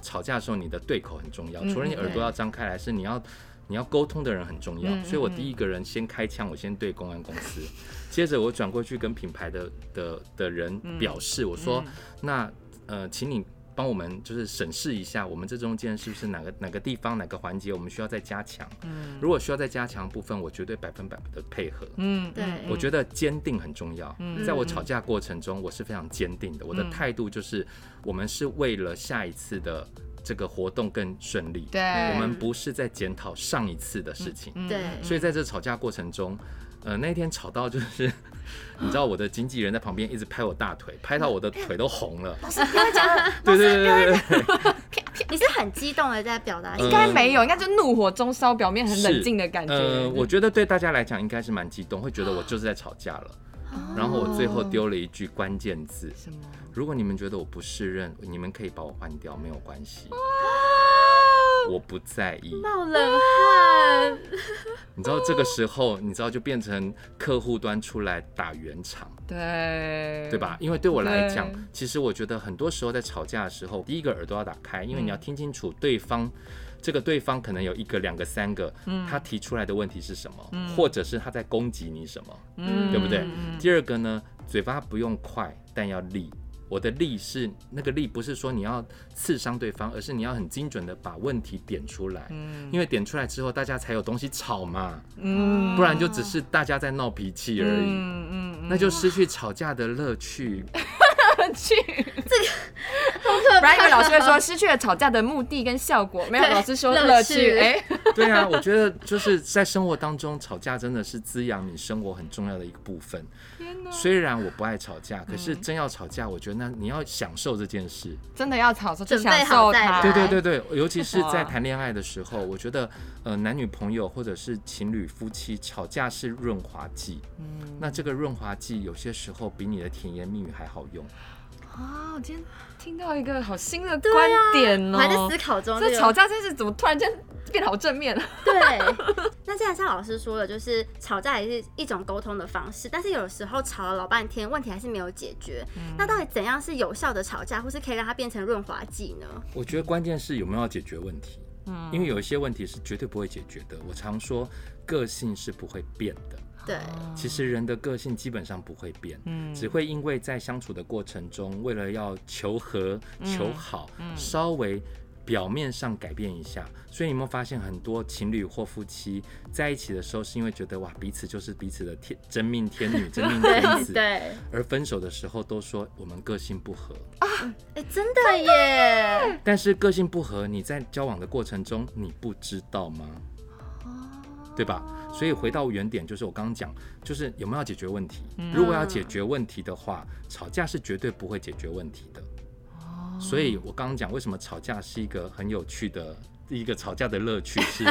Speaker 3: 吵架的时候，你的对口很重要，
Speaker 2: 嗯
Speaker 3: 除了你耳朵要张开来，是你要你要沟通的人很重要。
Speaker 2: 嗯
Speaker 3: 所以我
Speaker 2: 嗯
Speaker 3: 第一个人先开枪，我先对公安公司，接着我转过去跟品牌的的的人
Speaker 2: 嗯
Speaker 3: 表示，我说、那呃，请你。帮我们就是审视一下，我们这中间是不是哪个哪个地方哪个环节我们需要再加强？
Speaker 2: 嗯
Speaker 3: 如果需要再加强的部分，我绝对百分百的配合。
Speaker 2: 嗯
Speaker 1: 对
Speaker 2: 嗯
Speaker 3: 我觉得坚定很重要。
Speaker 2: 嗯
Speaker 3: 在我吵架过程中，我是非常坚定的。我的
Speaker 2: 嗯
Speaker 3: 态度就是，我们是为了下一次的这个活动更顺利，
Speaker 2: 对，
Speaker 3: 我们不是在检讨上一次的事情。
Speaker 2: 嗯
Speaker 1: 对
Speaker 3: 所以在这吵架过程中，呃，那一天吵到就是， 你知道我的经纪人在旁边一直拍我大腿，拍到我的腿都红了。 对对对对对对，
Speaker 1: 你是很激动的在表达，
Speaker 3: 嗯
Speaker 2: 应该没有，应该就怒火中烧，表面很冷静的感觉。
Speaker 3: 呃，我觉得对大家来讲应该是蛮激动，会觉得我就是在吵架了。
Speaker 2: 哦嗯
Speaker 3: 然后我最后丢了一句关键字，
Speaker 2: 什么？
Speaker 3: 如果你们觉得我不适任，你们可以把我换掉，没有关系，我不在意。
Speaker 1: 冒冷汗，
Speaker 3: 你知道这个时候，你知道就变成客户端出来打圆场，
Speaker 2: 对，
Speaker 3: 对吧？？因为对我来讲
Speaker 2: 对，
Speaker 3: 其实我觉得很多时候在吵架的时候，第一个耳朵要打开，因为你
Speaker 2: 嗯
Speaker 3: 要听清楚对方。这个对方可能有一个、两个、三个，
Speaker 2: 嗯
Speaker 3: 他提出来的问题是什么，或者是他在攻击你什么，
Speaker 2: 嗯
Speaker 3: 对不对？第二个呢，嘴巴不用快，但要力。我的力是那个力，不是说你要刺伤对方，而是你要很精准的把问题点出来。因为点出来之后，大家才有东西吵嘛，
Speaker 2: 嗯
Speaker 3: 不然 就只是大家在闹脾气而已，
Speaker 2: 嗯嗯嗯，
Speaker 3: 那就失去吵架的乐趣。
Speaker 2: 去不然因为老师会说失去了吵架的目的跟效果， 没有
Speaker 1: 对
Speaker 2: 老师说
Speaker 1: 乐
Speaker 2: 乐
Speaker 1: 趣
Speaker 2: 趣，哎，
Speaker 3: 对啊，我觉得就是在生活当中，吵架真的是滋养你生活很重要的一个部分。
Speaker 2: 天哪，嗯
Speaker 3: 虽然我不爱吵架，可是真要吵架，我觉得那你要享受这件事。
Speaker 2: 真的要吵的时候就
Speaker 1: 准备
Speaker 2: 享受
Speaker 1: 好再
Speaker 2: 它，
Speaker 1: 来
Speaker 3: 对对对对，尤其是在
Speaker 2: 哇
Speaker 3: 谈恋爱的时候，我觉得呃男女朋友或者是情侣夫妻吵架是润滑剂，
Speaker 2: 嗯
Speaker 3: 那这个润滑剂有些时候比你的甜言蜜语还好用。
Speaker 2: 啊，我今天听到一个好新的
Speaker 1: 对
Speaker 2: 观
Speaker 1: 啊
Speaker 2: 点
Speaker 1: 我
Speaker 2: 哦，
Speaker 1: 还在思考中这
Speaker 2: 这
Speaker 1: 个
Speaker 2: 吵架这件事怎么突然间变得好正面了？
Speaker 1: 对， 那既然像老师说的，就是吵架也是一种沟通的方式，但是有时候吵了老半天，问题还是没有解决。
Speaker 2: 嗯
Speaker 1: 那到底怎样是有效的吵架，或是可以让它变成润滑剂呢？
Speaker 3: 我觉得关键是有没有要解决问题，
Speaker 2: 嗯
Speaker 3: 因为有一些问题是绝对不会解决的。我常说，个性是不会变的。
Speaker 2: 哦
Speaker 1: 对，
Speaker 3: 其实人的个性基本上不会变，
Speaker 2: 嗯
Speaker 3: 只会因为在相处的过程中，为了要求和、
Speaker 1: 嗯
Speaker 3: 求好，稍微表面上改变一下。所以你有没有发现，很多情侣或夫妻在一起的时候，是因为觉得哇，彼此就是彼此的天真命天 女、真命天
Speaker 1: 对
Speaker 3: 子，
Speaker 1: 对，
Speaker 3: 而分手的时候都说我们个性不合。
Speaker 1: 哎，真的耶，
Speaker 3: 但是个性不合，你在交往的过程中，你不知道吗？对吧？所以回到原点，就是我刚刚讲，就是有没有要解决问题。如果要解决问题的话，吵架是绝对不会解决问题的。所以我刚刚讲，为什么吵架是一个很有趣的一个吵架的乐趣是，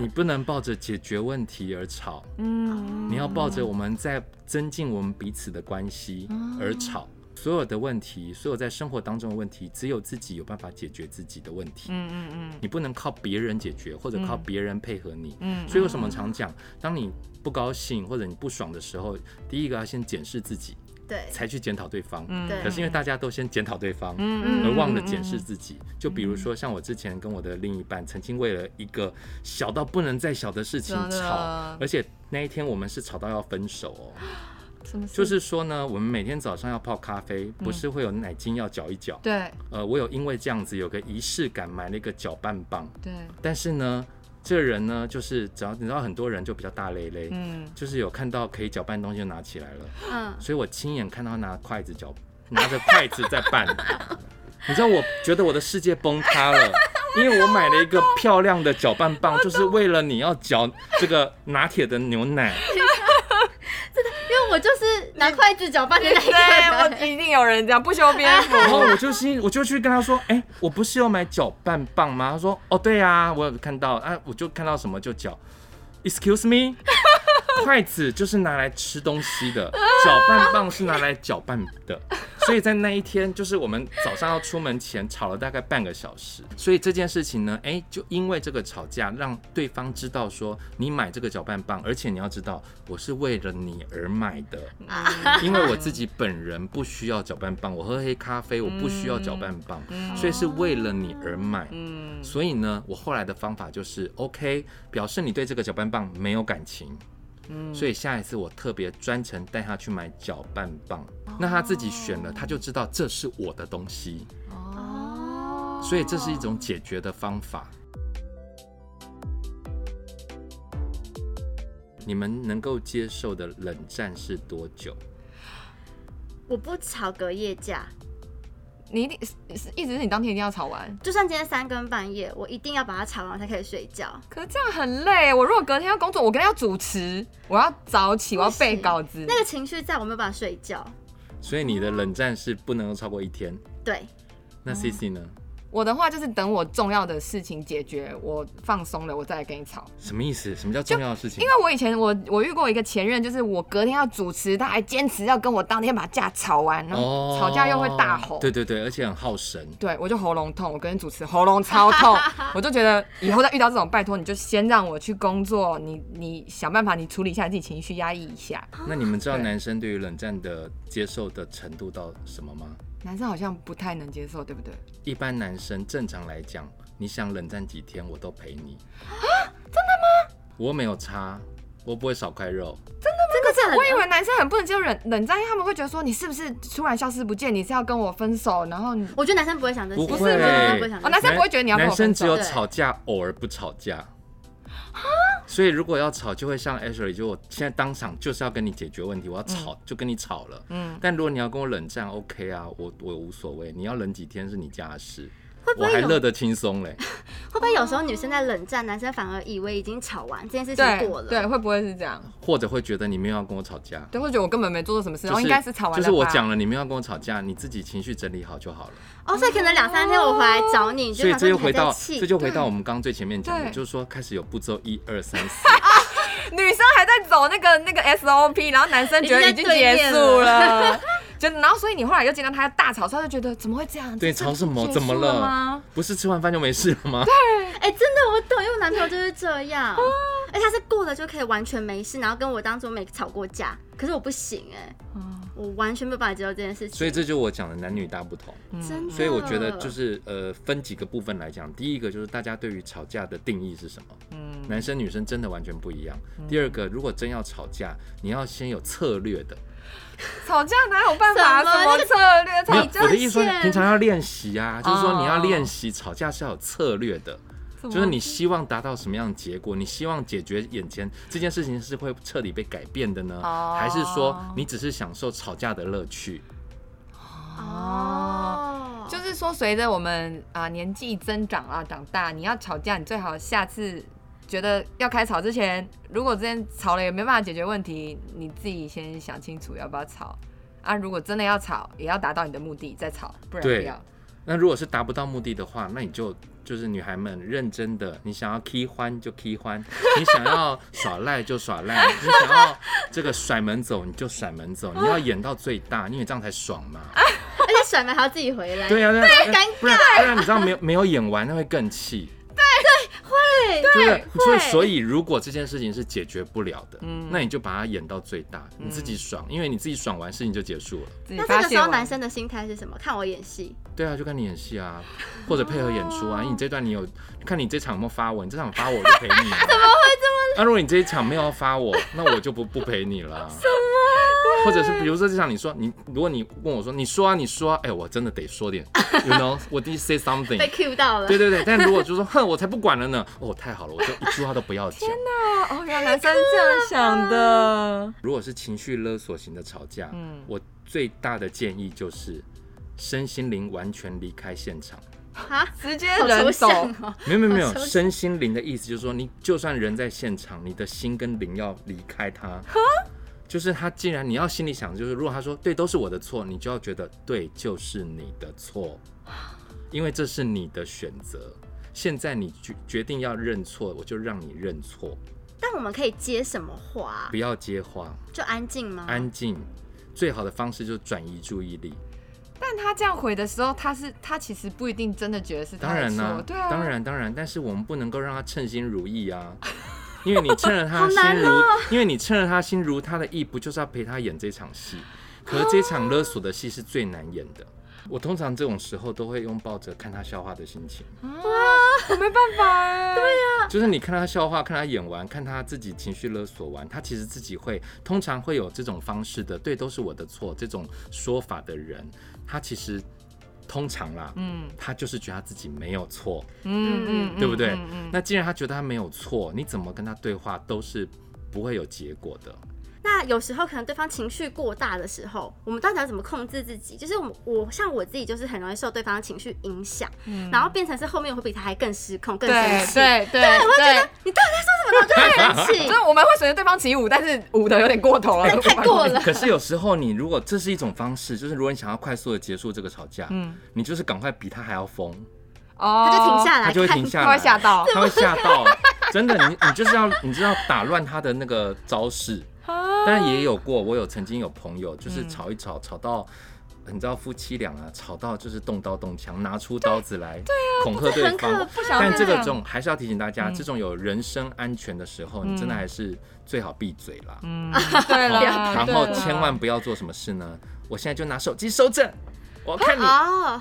Speaker 3: 你不能抱着解决问题而吵，
Speaker 2: 嗯
Speaker 3: 你要抱着我们在增进我们彼此的关系
Speaker 2: 哦
Speaker 3: 而吵。所有的问题，所有在生活当中的问题，只有自己有办法解决自己的问题。
Speaker 2: 嗯嗯嗯
Speaker 3: 你不能靠别人解决，或者靠别人配合你。
Speaker 2: 嗯，
Speaker 3: 所以为什么常讲，当你不高兴或者你不爽的时候，第一个要先检视自己，
Speaker 1: 对
Speaker 3: 才去检讨对方。
Speaker 2: 嗯
Speaker 1: 对
Speaker 3: 可是因为大家都先检讨对方，
Speaker 2: 嗯
Speaker 3: 而忘了检视自己。就比如说，像我之前跟我的另一半，曾经为了一个小到不能再小的事情
Speaker 2: 真的
Speaker 3: 吵，而且那一天我们是吵到要分手哦。
Speaker 2: 什么事
Speaker 3: 就是说呢，我们每天早上要泡咖啡，不
Speaker 2: 嗯
Speaker 3: 是会有奶精要搅一搅。
Speaker 2: 对
Speaker 3: 呃，我有因为这样子有个仪式感，买了一个搅拌棒。
Speaker 2: 对，
Speaker 3: 但是呢，这个人呢，就是只要你知道，很多人就比较大咧咧，
Speaker 2: 嗯
Speaker 3: 就是有看到可以搅拌的东西就拿起来了，
Speaker 1: 嗯，
Speaker 3: 所以我亲眼看到他拿筷子搅， 拿着筷子在拌，你知道，我觉得我的世界崩塌了。因为我买了一个漂亮的搅拌棒，就是为了你要搅这个拿铁的牛奶。
Speaker 1: 因为我就是拿筷子搅拌的那一个
Speaker 2: 对，
Speaker 1: 人
Speaker 2: 我一定有人这样不修边幅。
Speaker 3: 然后我就心，我就去跟他说，哎、我不是有买搅拌棒吗？他说，哦，对呀、我有看到啊，我就看到什么就搅。Excuse me，筷子就是拿来吃东西的，搅拌棒是拿来搅拌的。所以在那一天，就是我们早上要出门前吵了大概半个小时。所以这件事情呢，哎、就因为这个吵架，让对方知道说你买这个搅拌棒，而且你要知道我是为了你而买的。 因为我自己本人不需要搅拌棒，我喝黑咖啡我不需要搅拌棒，
Speaker 2: 嗯
Speaker 3: 所以是为了你而买。
Speaker 2: 嗯，
Speaker 3: 所以呢，我后来的方法就是，OK，表示你对这个搅拌棒没有感情，
Speaker 2: 嗯
Speaker 3: 所以下一次我特别专程带他去买搅拌棒，那他自己选了，他就知道这是我的东西，
Speaker 2: 哦
Speaker 3: 所以这是一种解决的方法。你们能够接受的冷战是多久？
Speaker 1: 我不吵隔夜架，
Speaker 2: 你一定是是意思是你当天一定要吵完，
Speaker 1: 就算今天三更半夜，我一定要把它吵完才可以睡觉。
Speaker 2: 可是这样很累。我如果隔天要工作，我跟他要主持，我要早起，我要背稿子
Speaker 1: 那。个情绪在我没有办法睡觉。
Speaker 3: 所以你的冷战是不能够超过一天。
Speaker 1: 对，
Speaker 2: 哦
Speaker 3: 那 C C 呢？
Speaker 2: 我的话就是等我重要的事情解决，我放松了，我再来跟你吵。
Speaker 3: 什么意思？什么叫重要的事情
Speaker 2: 因？为我以前我我遇过一个前任，就是我隔天要主持，他还坚持要跟我当天把架吵完，然后吵架又会大吼。
Speaker 3: 哦对对对，而且很耗神。
Speaker 2: 对，我就喉咙痛，我跟主持喉咙超痛，我就觉得以后再遇到这种，拜托你就先让我去工作，你你想办法，你处理一下自己情绪，压抑一下。
Speaker 3: 那你们知道
Speaker 2: 对
Speaker 3: 男生对于冷战的接受的程度到什么吗？
Speaker 2: 男生好像不太能接受，对不对？
Speaker 3: 一般男生正常来讲，你想冷战几天，我都陪你。啊，真的吗？我没有差，我不会少块肉。
Speaker 1: 这个是很
Speaker 2: 我以为男生很不能接受冷冷战，因为他们会觉得说你是不是突然消失不见，你是要跟我分手，然后你
Speaker 1: 我觉得男生不会想这些，
Speaker 3: 不
Speaker 1: 男
Speaker 3: 会
Speaker 1: 生不会想这
Speaker 2: 哦男
Speaker 1: 些。
Speaker 2: 生不会觉得你要跟
Speaker 3: 男
Speaker 2: 我分
Speaker 3: 生
Speaker 2: 手
Speaker 3: 只有
Speaker 1: 对
Speaker 3: 吵架，偶尔不吵架。所以如果要吵，就会像 Ashley，就我现在当场就是要跟你解决问题，我要吵、就跟你吵了。
Speaker 2: 嗯
Speaker 3: 但如果你要跟我冷战，OK 啊，我我无所谓，你要冷几天是你家的事，
Speaker 1: 会不
Speaker 3: 我
Speaker 1: 会
Speaker 3: 还
Speaker 1: 有
Speaker 3: 乐得轻松嘞。
Speaker 1: 会不会有时候女生在冷战，男生反而以为已经吵完这件事情过
Speaker 2: 对
Speaker 1: 了？
Speaker 2: 对，会不会是这样？
Speaker 3: 或者会觉得你没有要跟我吵 架，
Speaker 2: 对，会觉得我根本没做错什么事，然
Speaker 3: 就
Speaker 2: 后应该是吵完
Speaker 3: 就
Speaker 2: 了
Speaker 3: 是我
Speaker 2: 吧
Speaker 3: 讲了，你没有要跟我吵架，你自己情绪整理好就好了。
Speaker 1: 哦，所以可能两三天我回来找你，你就
Speaker 3: 所以
Speaker 1: 想
Speaker 3: 这
Speaker 1: 说
Speaker 3: 又
Speaker 1: 你
Speaker 3: 回
Speaker 1: 还
Speaker 3: 到
Speaker 1: 在气，
Speaker 3: 这就回到我们刚刚最前面讲的，
Speaker 2: 对
Speaker 3: 就是说开始有步骤一二三 四，
Speaker 2: 女生还在走那个那个 SOP，然后男生觉得已经结束了，就然后所以你后来又见到他大吵，所以他就觉得怎么会这样？
Speaker 3: 对，
Speaker 2: 这是
Speaker 3: 吵什么？
Speaker 2: 结束
Speaker 3: 怎么
Speaker 2: 了
Speaker 3: 了
Speaker 2: 吗？？
Speaker 3: 不是吃完饭就没事了吗？
Speaker 1: 哎、真的我懂，因为我男朋友就是这样，而且他是过了就可以完全没事，然后跟我当做没吵过架，可是我不行哎、我完全没有办法接受这件事情，
Speaker 3: 所以这就是我讲的男女大不同。
Speaker 2: 嗯
Speaker 1: 真的。
Speaker 3: 嗯所以我觉得就是呃，分几个部分来讲，第一个就是大家对于吵架的定义是什么，
Speaker 2: 嗯
Speaker 3: 男生女生真的完全不一样。第二个，如果真要吵架，你要先有策略的，
Speaker 2: 吵架哪有办法？
Speaker 1: 什么
Speaker 2: 什么策略？
Speaker 3: 没有
Speaker 2: 吵架
Speaker 3: 我的意思说
Speaker 1: 线，
Speaker 3: 平常要练习啊，就是说你要
Speaker 2: 哦
Speaker 3: 练习吵架是要有策略的。就是你希望达到什么样的结果？你希望解决眼前这件事情是会彻底被改变的呢，
Speaker 2: 哦
Speaker 3: 还是说你只是享受吵架的乐趣？
Speaker 2: 哦。
Speaker 1: 哦，
Speaker 2: 就是是说，随着我们啊、年纪增长啊长大，你要吵架，你最好下次觉得要开吵之前，如果之前吵了也没办法解决问题，你自己先想清楚要不要吵啊。如果真的要吵，也要达到你的目的再吵，不然
Speaker 3: 对
Speaker 2: 不要。
Speaker 3: 那如果是达不到目的的话，那你就就是女孩们认真的，你想要 key 欢就 key 欢，你想要耍赖就耍赖，你想要这个甩门走你就甩门走，你要演到最大，因为这样才爽嘛。
Speaker 1: 而且甩门还要自己回来，
Speaker 3: 对啊，对啊，
Speaker 1: 尴尬
Speaker 3: 不然不然你知道没有没有演完那会更气。
Speaker 1: 对，
Speaker 3: 对不对，所以
Speaker 1: 会
Speaker 3: 所以如果这件事情是解决不了的，
Speaker 2: 嗯
Speaker 3: 那你就把它演到最大，你自己爽，因为你自己爽完事情就结束了。
Speaker 2: 自己
Speaker 1: 那
Speaker 2: 发
Speaker 1: 这个
Speaker 2: 泄
Speaker 1: 时候
Speaker 2: 完
Speaker 1: 男生的心态是什么？看我演戏，
Speaker 3: 对啊，就看你演戏啊，或者配合演出啊。因为你这段你有看你这场有没有发我，你这场发我我就陪你、啊。 怎么会这么？那、如果你这一场没有发我，那我就不不陪你了。什么？或者是比如说这场你说你，如果你问我说你说啊你说啊，哎、我真的得说点 ，you know，我 did say
Speaker 1: 被
Speaker 3: something。
Speaker 1: cue 到了，
Speaker 3: 对对对，但如果就说哼，我才不管了呢。哦，太好了，我就一句话都不要讲。
Speaker 2: 哦，哦，原来男生这样想 的。
Speaker 3: 如果是情绪勒索型的吵架，
Speaker 2: 嗯
Speaker 3: 我最大的建议就是身心灵完全离开现场。
Speaker 1: 啊，
Speaker 2: 直接
Speaker 1: 好抽
Speaker 2: 人走
Speaker 1: 象，哦，
Speaker 3: 没有没有没有
Speaker 1: 好，抽
Speaker 3: 身心灵的意思就是说，你就算人在现场，你的心跟灵要离开它。就是他既然你要心里想，就是如果他说对都是我的错，你就要觉得对就是你的错，因为这是你的选择。现在你决决定要认错，我就让你认错，
Speaker 1: 但我们可以接什么话
Speaker 3: 不？要接话，
Speaker 1: 就安静吗？
Speaker 3: 安静。最好的方式就是转移注意力。
Speaker 2: 但他这样回的时候，他是他其实不一定真的觉得是他
Speaker 3: 当
Speaker 2: 的
Speaker 3: 然
Speaker 2: 错，
Speaker 3: 啦、
Speaker 2: 对啊，
Speaker 3: 当然当然，但是我们不能够让他称心如意啊， 因为你趁了他
Speaker 1: 好
Speaker 3: 心
Speaker 1: 难
Speaker 3: 如，
Speaker 2: 哦
Speaker 3: 因为你趁了他心如他的意，不就是要陪他演这场戏？可是这场勒索的戏是最难演的。我通常这种时候都会用抱着看他笑话的心情，
Speaker 2: 啊我没办法哎、对呀、
Speaker 3: 就是你看他笑话，看他演完，看他自己情绪勒索完，他其实自己会通常会有这种方式的，对，都是我的错这种说法的人，他其实通常啦，
Speaker 2: 嗯
Speaker 3: 他就是觉得他自己没有错，
Speaker 2: 嗯嗯，
Speaker 3: 对不对
Speaker 2: 嗯嗯？
Speaker 3: 那既然他觉得他没有错，你怎么跟他对话都是不会有结果的。
Speaker 1: 那有时候可能对方情绪过大的时候，我们到底要怎么控制自己？就是我我像我自己，就是很容易受对方的情绪影响，然后变成是后面我会比他还更失控、更生
Speaker 2: 嗯对
Speaker 1: 气。
Speaker 2: 对对对，
Speaker 1: 你到底在说什么？我就会生
Speaker 2: 就
Speaker 1: 气
Speaker 2: 是。我们会随 着对方起舞，但是舞的有点过头了，
Speaker 1: 但太过 了，
Speaker 3: 可是有时候你如果这是一种方式，就是如果你想要快速的结束这个吵架，
Speaker 2: 嗯
Speaker 3: 你就是赶快比他还要疯，
Speaker 2: 哦
Speaker 1: 他就停下来
Speaker 3: 他就会
Speaker 1: 看
Speaker 3: 停下来，
Speaker 2: 他会吓，到
Speaker 3: 他会吓到。真的，你你就是要你就要打乱他的那个招式。
Speaker 2: 啊
Speaker 3: 但也有过，我有曾经有朋友
Speaker 2: 嗯
Speaker 3: 就是吵一吵，吵到。你知道夫妻俩啊，吵到就是动刀动枪，拿出刀子来恐吓对
Speaker 1: 很
Speaker 3: 方，
Speaker 1: 可
Speaker 2: 啊不
Speaker 1: 怕。
Speaker 2: 想要
Speaker 3: 但这
Speaker 2: 这
Speaker 3: 个
Speaker 2: 样
Speaker 3: 种还是要提醒大家，
Speaker 2: 嗯
Speaker 3: 这种有人身安全的时候，你真
Speaker 2: 嗯
Speaker 3: 的还是最好闭嘴啦。
Speaker 2: 嗯，对
Speaker 3: 好
Speaker 2: 了，
Speaker 3: 然
Speaker 2: 对
Speaker 3: 后
Speaker 2: 啦
Speaker 3: 千万不要做什么事呢？我现在就拿手机收证，我看你。
Speaker 1: 哦，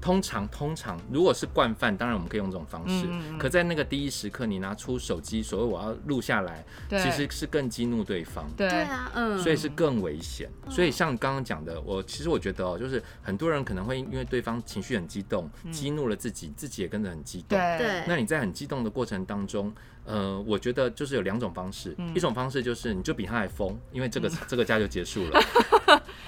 Speaker 3: 通常通常，如果是惯犯，当然我们可以用这种方式。
Speaker 2: 嗯嗯嗯
Speaker 3: 可在那个第一时刻，你拿出手机，所谓我要录下来，
Speaker 2: 对
Speaker 3: 其实是更激怒对方。
Speaker 2: 对
Speaker 1: 对啊，嗯，
Speaker 3: 所以是更危险。所以像刚刚讲的，我其实我觉得哦，就是很多人可能会因为对方情绪很激动，
Speaker 2: 嗯
Speaker 3: 激怒了自己，自己也跟着很激动。
Speaker 2: 对
Speaker 1: 对，
Speaker 3: 那你在很激动的过程当中，呃，我觉得就是有两种方式，
Speaker 1: 嗯
Speaker 3: 一种方式就是你就比他还疯，因为这个、 这个架就结束了，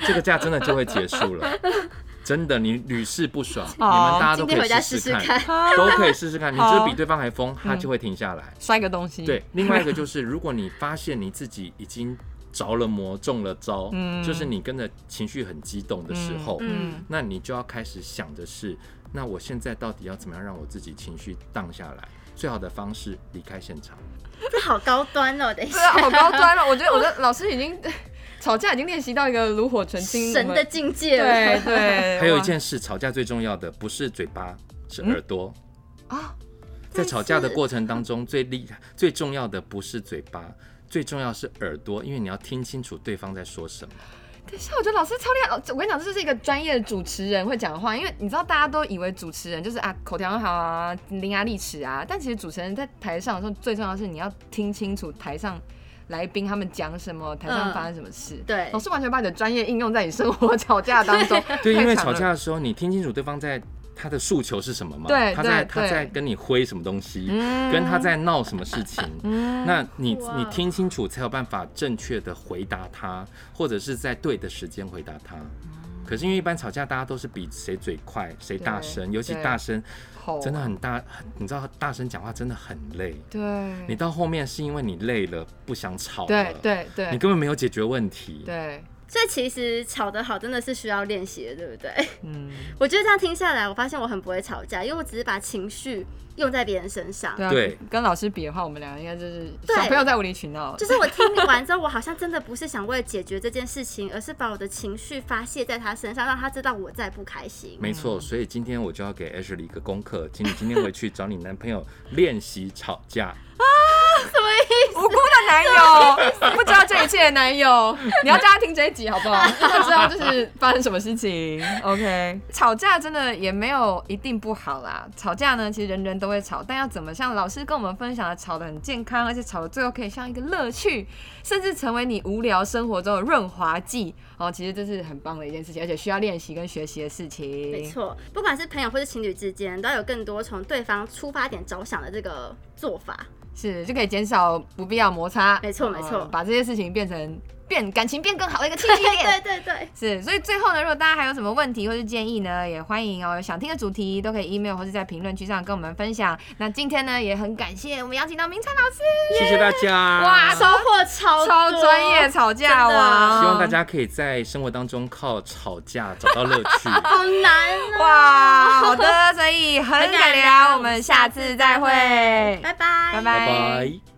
Speaker 3: 这个架真的就会结束了， 真的你屡试不爽，你们大家都
Speaker 1: 哦今
Speaker 3: 可
Speaker 1: 天回
Speaker 3: 以
Speaker 1: 家
Speaker 3: 试
Speaker 1: 试
Speaker 3: 试
Speaker 1: 试
Speaker 3: 看，
Speaker 1: 看。
Speaker 2: 啊
Speaker 3: 都可以试试看，你就是
Speaker 2: 好
Speaker 3: 比对方还疯，他就会停下来。
Speaker 1: 嗯
Speaker 2: 摔个东西，
Speaker 3: 对，另外一个就是，如果你发现你自己已经着了魔、中了招，
Speaker 2: 嗯
Speaker 3: 就是你跟着情绪很激动的时候，
Speaker 1: 嗯，
Speaker 3: 那你就要开始想的是，那我现在到底要怎么样让我自己情绪荡下来？最好的方式离开现场。
Speaker 1: 这好高端哦，等一
Speaker 2: 对
Speaker 1: 下，
Speaker 2: 啊，好高端了。我觉得我的老师已经 吵架已经练习到一个炉火纯青
Speaker 1: 神
Speaker 2: 我
Speaker 1: 的
Speaker 2: 们
Speaker 1: 境界了。
Speaker 2: 对 对。
Speaker 3: 还有一
Speaker 2: 哇
Speaker 3: 件事，吵架最重要的不是嘴巴，是耳朵。
Speaker 2: 啊，
Speaker 3: 在吵架的过程当中，最厉害、最重要的不是嘴巴，最重要是耳朵，因为你要听清楚对方在说什么。
Speaker 2: 等一下，我觉得老师超厉害。老哦我跟你讲，这就是一个专业的主持人会讲的话，因为你知道大家都以为主持人就是啊口条很好啊，伶牙俐齿啊，但其实主持人在台上的时候，最重要的是你要听清楚台上来宾他们讲什么，台上
Speaker 1: 嗯
Speaker 2: 发生什么事。
Speaker 1: 对
Speaker 2: 老师完全把你的专业应用在你生活吵架当中，
Speaker 3: 对，
Speaker 2: 太
Speaker 3: 因为
Speaker 2: 强
Speaker 3: 吵
Speaker 2: 了
Speaker 3: 架的时候，你听清楚对方在他的诉求是什么嘛？
Speaker 2: 对
Speaker 3: 他在
Speaker 2: 对
Speaker 3: 他在
Speaker 2: 对
Speaker 3: 跟你挥什么东西，
Speaker 2: 嗯
Speaker 3: 跟他在闹什么 事情。那你
Speaker 1: 哇
Speaker 3: 你听清楚，才有办法正确的回答他，或者是在对的时间回答他。可是因为一般吵架，大家都是比谁嘴快，谁大
Speaker 2: 对
Speaker 3: 声，尤其
Speaker 2: 对
Speaker 3: 大声
Speaker 2: 吼
Speaker 3: 真的很大，很你知道大声讲话真的很累。你
Speaker 2: 对
Speaker 3: 到后面是因为你累了，不想吵了，
Speaker 2: 对对对
Speaker 3: 你根本没有解决问题。
Speaker 2: 对，
Speaker 1: 所以其实吵得好真的是需要练习的，对不对？
Speaker 2: 嗯。
Speaker 1: 我觉得这样听下来，我发现我很不会吵架，因为我只是把情绪用在别人身上。
Speaker 2: 对啊，
Speaker 3: 对
Speaker 2: 跟老师比的话，我们俩应该就是
Speaker 1: 对
Speaker 2: 小朋友在无理取闹。
Speaker 1: 就是我听完之后，我好像真的不是想为了解决这件事情，而是把我的情绪发泄在他身上，让他知道我在不开心。
Speaker 3: 没错，
Speaker 2: 嗯
Speaker 3: 所以今天我就要给 Ashley 一个功课，请你今天回去找你男朋友练习吵架。
Speaker 2: 无辜的男 友，不知道这一切的男友，你要叫他听这一集好不 好？他知道就是发生什么事情。OK，吵架真的也没有一定不好啦。吵架呢，其实人人都会吵，但要怎么像老师跟我们分享的，吵得很健康，而且吵得最后可以像一个乐趣，甚至成为你无聊生活中的润滑剂哦。其实这是很棒的一件事情，而且需要练习跟学习的事情。
Speaker 1: 没错，不管是朋友或是情侣之间，都要有更多从对方出发点着想的这个做法。
Speaker 2: 是，就可以减少不必要摩擦。
Speaker 1: 没错
Speaker 2: 呃
Speaker 1: 没错
Speaker 2: 把这些事情变成变感情变更好的一个契机 点。
Speaker 1: 对对对，
Speaker 2: 是，所以最后呢，如果大家还有什么问题或是建议呢，也欢迎哦，有想听的主题都可以 email 或是在评论区上跟我们分享。那今天呢，也很感谢我们邀请到明川老师，
Speaker 3: 谢谢大家。
Speaker 2: 哇
Speaker 1: 收获超
Speaker 2: 啊超
Speaker 1: 多哦
Speaker 2: 专业吵架
Speaker 1: 真的
Speaker 2: 王，
Speaker 3: 希望大家可以在生活当中靠吵架找到乐趣。
Speaker 1: 好难哦，
Speaker 2: 哇，好的，所以很
Speaker 1: 很
Speaker 2: 感
Speaker 1: 感
Speaker 2: 聊，
Speaker 1: 聊
Speaker 2: 我们下次再会，
Speaker 1: 拜拜，
Speaker 2: 拜拜
Speaker 3: 拜拜。